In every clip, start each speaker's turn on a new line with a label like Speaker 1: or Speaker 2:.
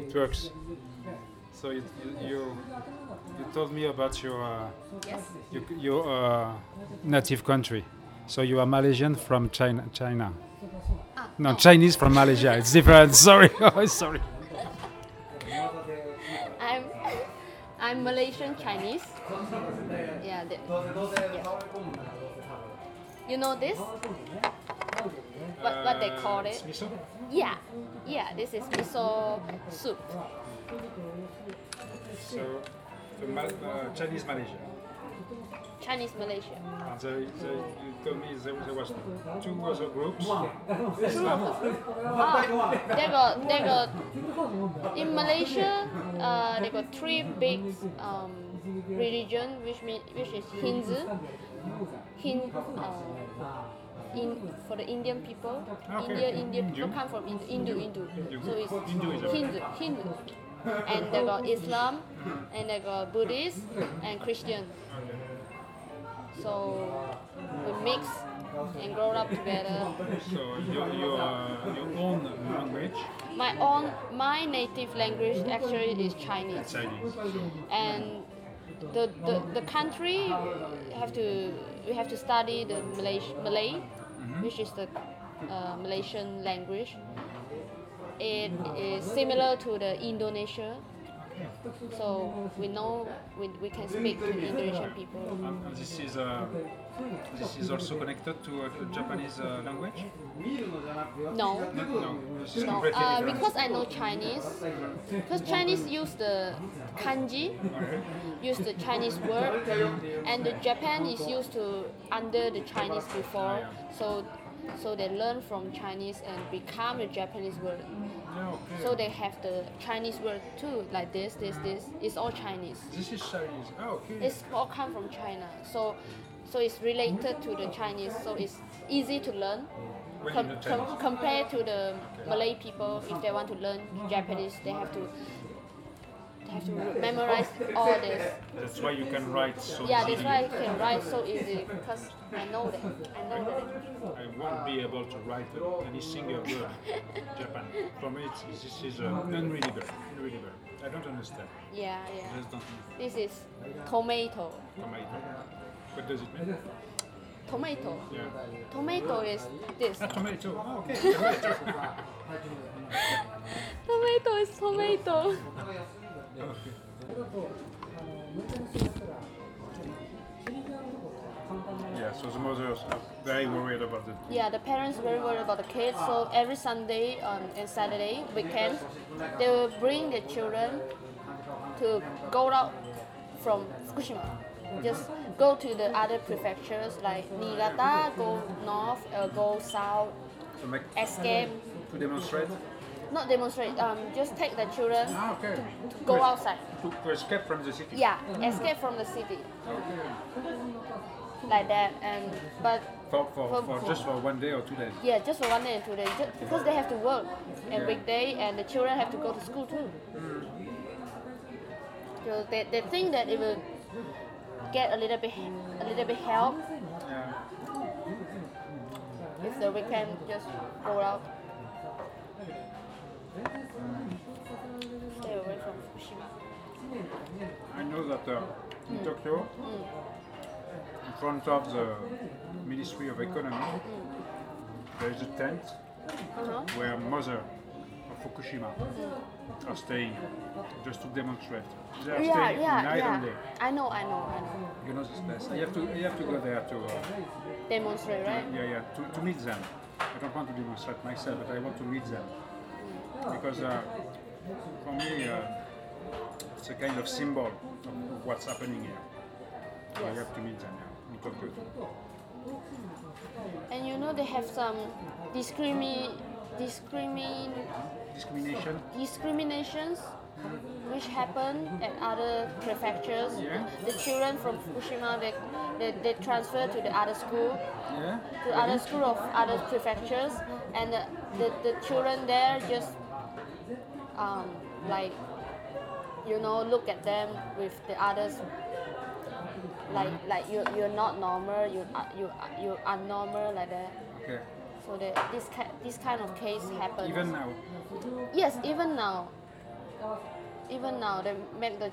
Speaker 1: It works. So you you you, you told me about your uh,
Speaker 2: Yes.
Speaker 1: your, your uh, native country. So you are Malaysian from China. China.
Speaker 2: Ah,
Speaker 1: No,
Speaker 2: oh,
Speaker 1: Chinese from Malaysia. It's different. Sorry. Oh, sorry.
Speaker 2: I'm I'm Malaysian Chinese. Yeah. The, yeah. You know this? What what they call it?
Speaker 1: Uh, Miso?
Speaker 2: Yeah. Yeah. This is miso soup.
Speaker 1: So the Mal- uh, Chinese Malaysia.
Speaker 2: Chinese Malaysia.
Speaker 1: And they, they, you told me there, there was two other groups.
Speaker 2: Oh, they got they got in Malaysia. Uh, they got three big um, religion, which mean, which is Hindu, Hin, uh, in for the Indian people,
Speaker 1: Okay.
Speaker 2: India, Indian people
Speaker 1: Hindu.
Speaker 2: come from Ind- Hindu, Hindu. So it's
Speaker 1: Hinduism.
Speaker 2: Hindu, Hindu, and they got Islam, and they got Buddhist and Christian. So we mix and grow up together.
Speaker 1: So your your, uh, your own language,
Speaker 2: My own, my native language actually is Chinese,
Speaker 1: Chinese.
Speaker 2: and the, the, the country have to we have to study the Malay, Malay which is the uh, Malaysian language. It is similar to the Indonesia, so we know we, we can speak to Indonesian people.
Speaker 1: And this is uh, this is also connected to uh, the Japanese uh, language.
Speaker 2: No,
Speaker 1: No, no, this is
Speaker 2: no,
Speaker 1: completely
Speaker 2: uh,
Speaker 1: different.
Speaker 2: because I know Chinese, because Chinese use the kanji.
Speaker 1: Okay.
Speaker 2: use the Chinese word, and the Japan is used to under the Chinese before, so so they learn from Chinese and become the Japanese word.
Speaker 1: Yeah, okay.
Speaker 2: So they have the Chinese word too, like this, this, this. It's all Chinese.
Speaker 1: this is Chinese. Oh, okay.
Speaker 2: It's all come from China. So so it's related to the Chinese. So it's easy to learn.
Speaker 1: When you
Speaker 2: Com-
Speaker 1: know Chinese.
Speaker 2: com- compared to the Malay people, if they want to learn Japanese, they have to they have to memorize all this.
Speaker 1: That's why you can write so
Speaker 2: Yeah, that's
Speaker 1: easily.
Speaker 2: why I can write so easy because I know that. I know that.
Speaker 1: I won't be able to write any single word Japan. For me, it's, it's- this is uh, unreadable. Unreadable. I don't understand.
Speaker 2: Yeah,
Speaker 1: I
Speaker 2: yeah.
Speaker 1: just don't
Speaker 2: This is tomato.
Speaker 1: tomato. What does it mean?
Speaker 2: Tomato.
Speaker 1: Yeah.
Speaker 2: Tomato is this.
Speaker 1: Ah, tomato. Oh, okay. Tomato.
Speaker 2: Tomato is tomato.
Speaker 1: yeah. So the mothers are very worried about it.
Speaker 2: Yeah, the parents very worried about the kids, so every Sunday um, and Saturday weekends, they will bring their children to go out from Fukushima. Just go to the other prefectures like Niigata, go north, uh, go south,
Speaker 1: To make
Speaker 2: escape.
Speaker 1: to demonstrate.
Speaker 2: Not demonstrate, um, just take the children
Speaker 1: Ah, okay.
Speaker 2: to go outside.
Speaker 1: To, to escape from the city.
Speaker 2: Yeah, escape from the city. Like that, and but
Speaker 1: For, for,
Speaker 2: For-
Speaker 1: for
Speaker 2: for-
Speaker 1: just for one day or two days.
Speaker 2: yeah, just for one day and two days, just because they have to work and weekday, and the children have to go to school too.
Speaker 1: Mm.
Speaker 2: So they, they think that it will get a little bit a little bit help
Speaker 1: Yeah.
Speaker 2: if the weekend just go out. Stay away from Fukushima.
Speaker 1: I know that uh,
Speaker 2: Mm.
Speaker 1: in Tokyo, in front of the Ministry of Economy,
Speaker 2: Mm.
Speaker 1: there is a tent
Speaker 2: Uh-huh.
Speaker 1: where mother of Fukushima are staying, just to demonstrate. They are
Speaker 2: Mm. Yeah,
Speaker 1: staying
Speaker 2: yeah,
Speaker 1: night and
Speaker 2: yeah.
Speaker 1: day.
Speaker 2: I know, I know, I know.
Speaker 1: You know this place. I have to, I have to go there to, uh,
Speaker 2: Demonstrate, right?
Speaker 1: yeah, yeah, to, to meet them. I don't want to demonstrate myself, but I want to meet them because uh, for me, uh, it's a kind of symbol of what's happening here. So I
Speaker 2: Yes.
Speaker 1: have to meet them now in Tokyo. too.
Speaker 2: And you know they have some discrimi- discrimin-
Speaker 1: Discrimination.
Speaker 2: discriminations which happen at other prefectures.
Speaker 1: Yeah.
Speaker 2: The children from Fukushima they, they, they transfer to the other school,
Speaker 1: Yeah.
Speaker 2: to other school of other prefectures, and the, the, the children there just um, like you know look at them with the others. Like, like you, you're not normal, you, are- you, are- you are normal like that.
Speaker 1: Okay.
Speaker 2: so that this ki- this kind of case happens.
Speaker 1: Even now,
Speaker 2: Yes, even now. Even now, they make the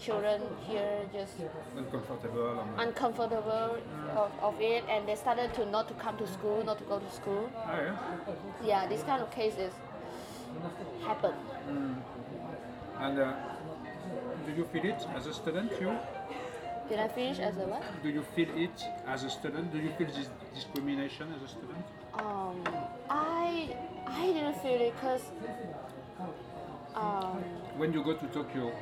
Speaker 2: children here just
Speaker 1: uncomfortable. and-
Speaker 2: uncomfortable of, of it, and they started to not to come to school, not to go to school.
Speaker 1: Oh, yeah?
Speaker 2: Yeah, this kind of cases happen.
Speaker 1: And uh, do you feel it as a student? You
Speaker 2: Did I finish as a what?
Speaker 1: do you feel it as a student? Do you feel this discrimination as a student?
Speaker 2: Um, I I didn't feel it because um,
Speaker 1: When you go to Tokyo,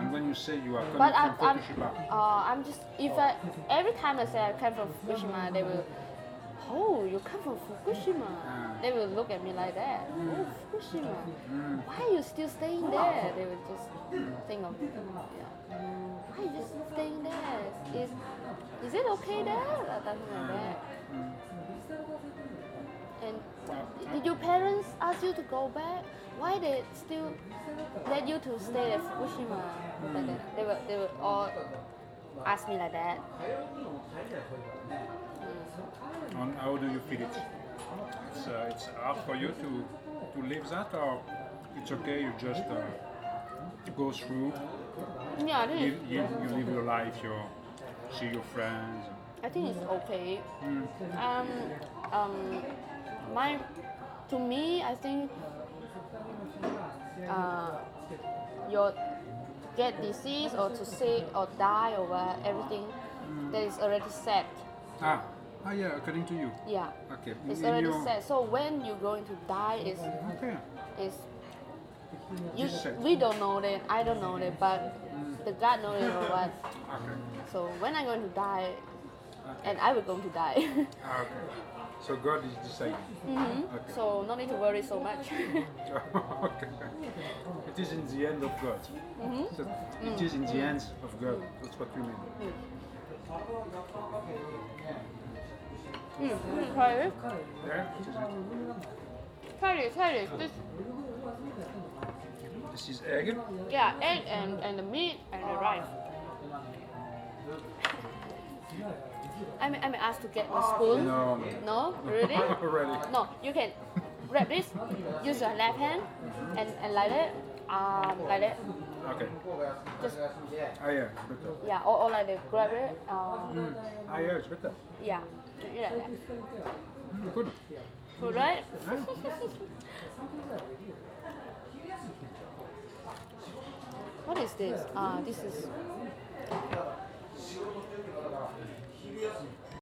Speaker 1: and when you say you are coming
Speaker 2: but I'm
Speaker 1: from
Speaker 2: I'm,
Speaker 1: Fukushima,
Speaker 2: uh, I'm just if I every time I say I come from Fukushima, they will. Oh, you come from Fukushima. They will look at me like that. Oh, Fukushima. Why are you still staying there? They will just think of, yeah. Why are you just staying there? Is, is it okay there? Or Something like that. And did your parents ask you to go back? Why they still let you to stay at Fukushima? Like that. They will, they will all ask me like that.
Speaker 1: and how do you feel it? It's, uh, it's hard for you to to leave that, or it's okay. You just uh, go through.
Speaker 2: Yeah, I
Speaker 1: You,
Speaker 2: think,
Speaker 1: you, you live your life. You see your friends.
Speaker 2: I think it's okay. Um, um, my, to me, I think uh, your get disease or to sick or die or what, everything that is already set.
Speaker 1: Ah, ah, yeah. According to you,
Speaker 2: Yeah,
Speaker 1: okay.
Speaker 2: it's
Speaker 1: in
Speaker 2: already
Speaker 1: your-
Speaker 2: set. So when you're going to die is
Speaker 1: Okay.
Speaker 2: is you,
Speaker 1: It's set.
Speaker 2: we don't know that. I don't know that, but the God knows it or what.
Speaker 1: Okay.
Speaker 2: So when I'm going to die, and I will going to die.
Speaker 1: Ah, okay. So God is deciding. Okay.
Speaker 2: So no need to worry so much.
Speaker 1: okay. It is in the end of God.
Speaker 2: Mm-hmm.
Speaker 1: So it is in the hands of God. That's what we mean.
Speaker 2: mm, try this.
Speaker 1: Yeah? It is it.
Speaker 2: Try this. Try this. This
Speaker 1: This is egg.
Speaker 2: yeah, egg and, and the meat and the rice. I may, I may ask to get the spoon.
Speaker 1: No.
Speaker 2: No? Really?
Speaker 1: Already.
Speaker 2: No, you can grab this, use your left hand, and, and like that, um, like that,
Speaker 1: Okay.
Speaker 2: just,
Speaker 1: Ah, yeah, it's better.
Speaker 2: yeah, or, or like that, grab it, um,
Speaker 1: Ah, yeah, it's better.
Speaker 2: yeah, do it like that.
Speaker 1: Mm, good.
Speaker 2: Good, right?
Speaker 1: Yeah?
Speaker 2: What Ah, is this? Uh, this is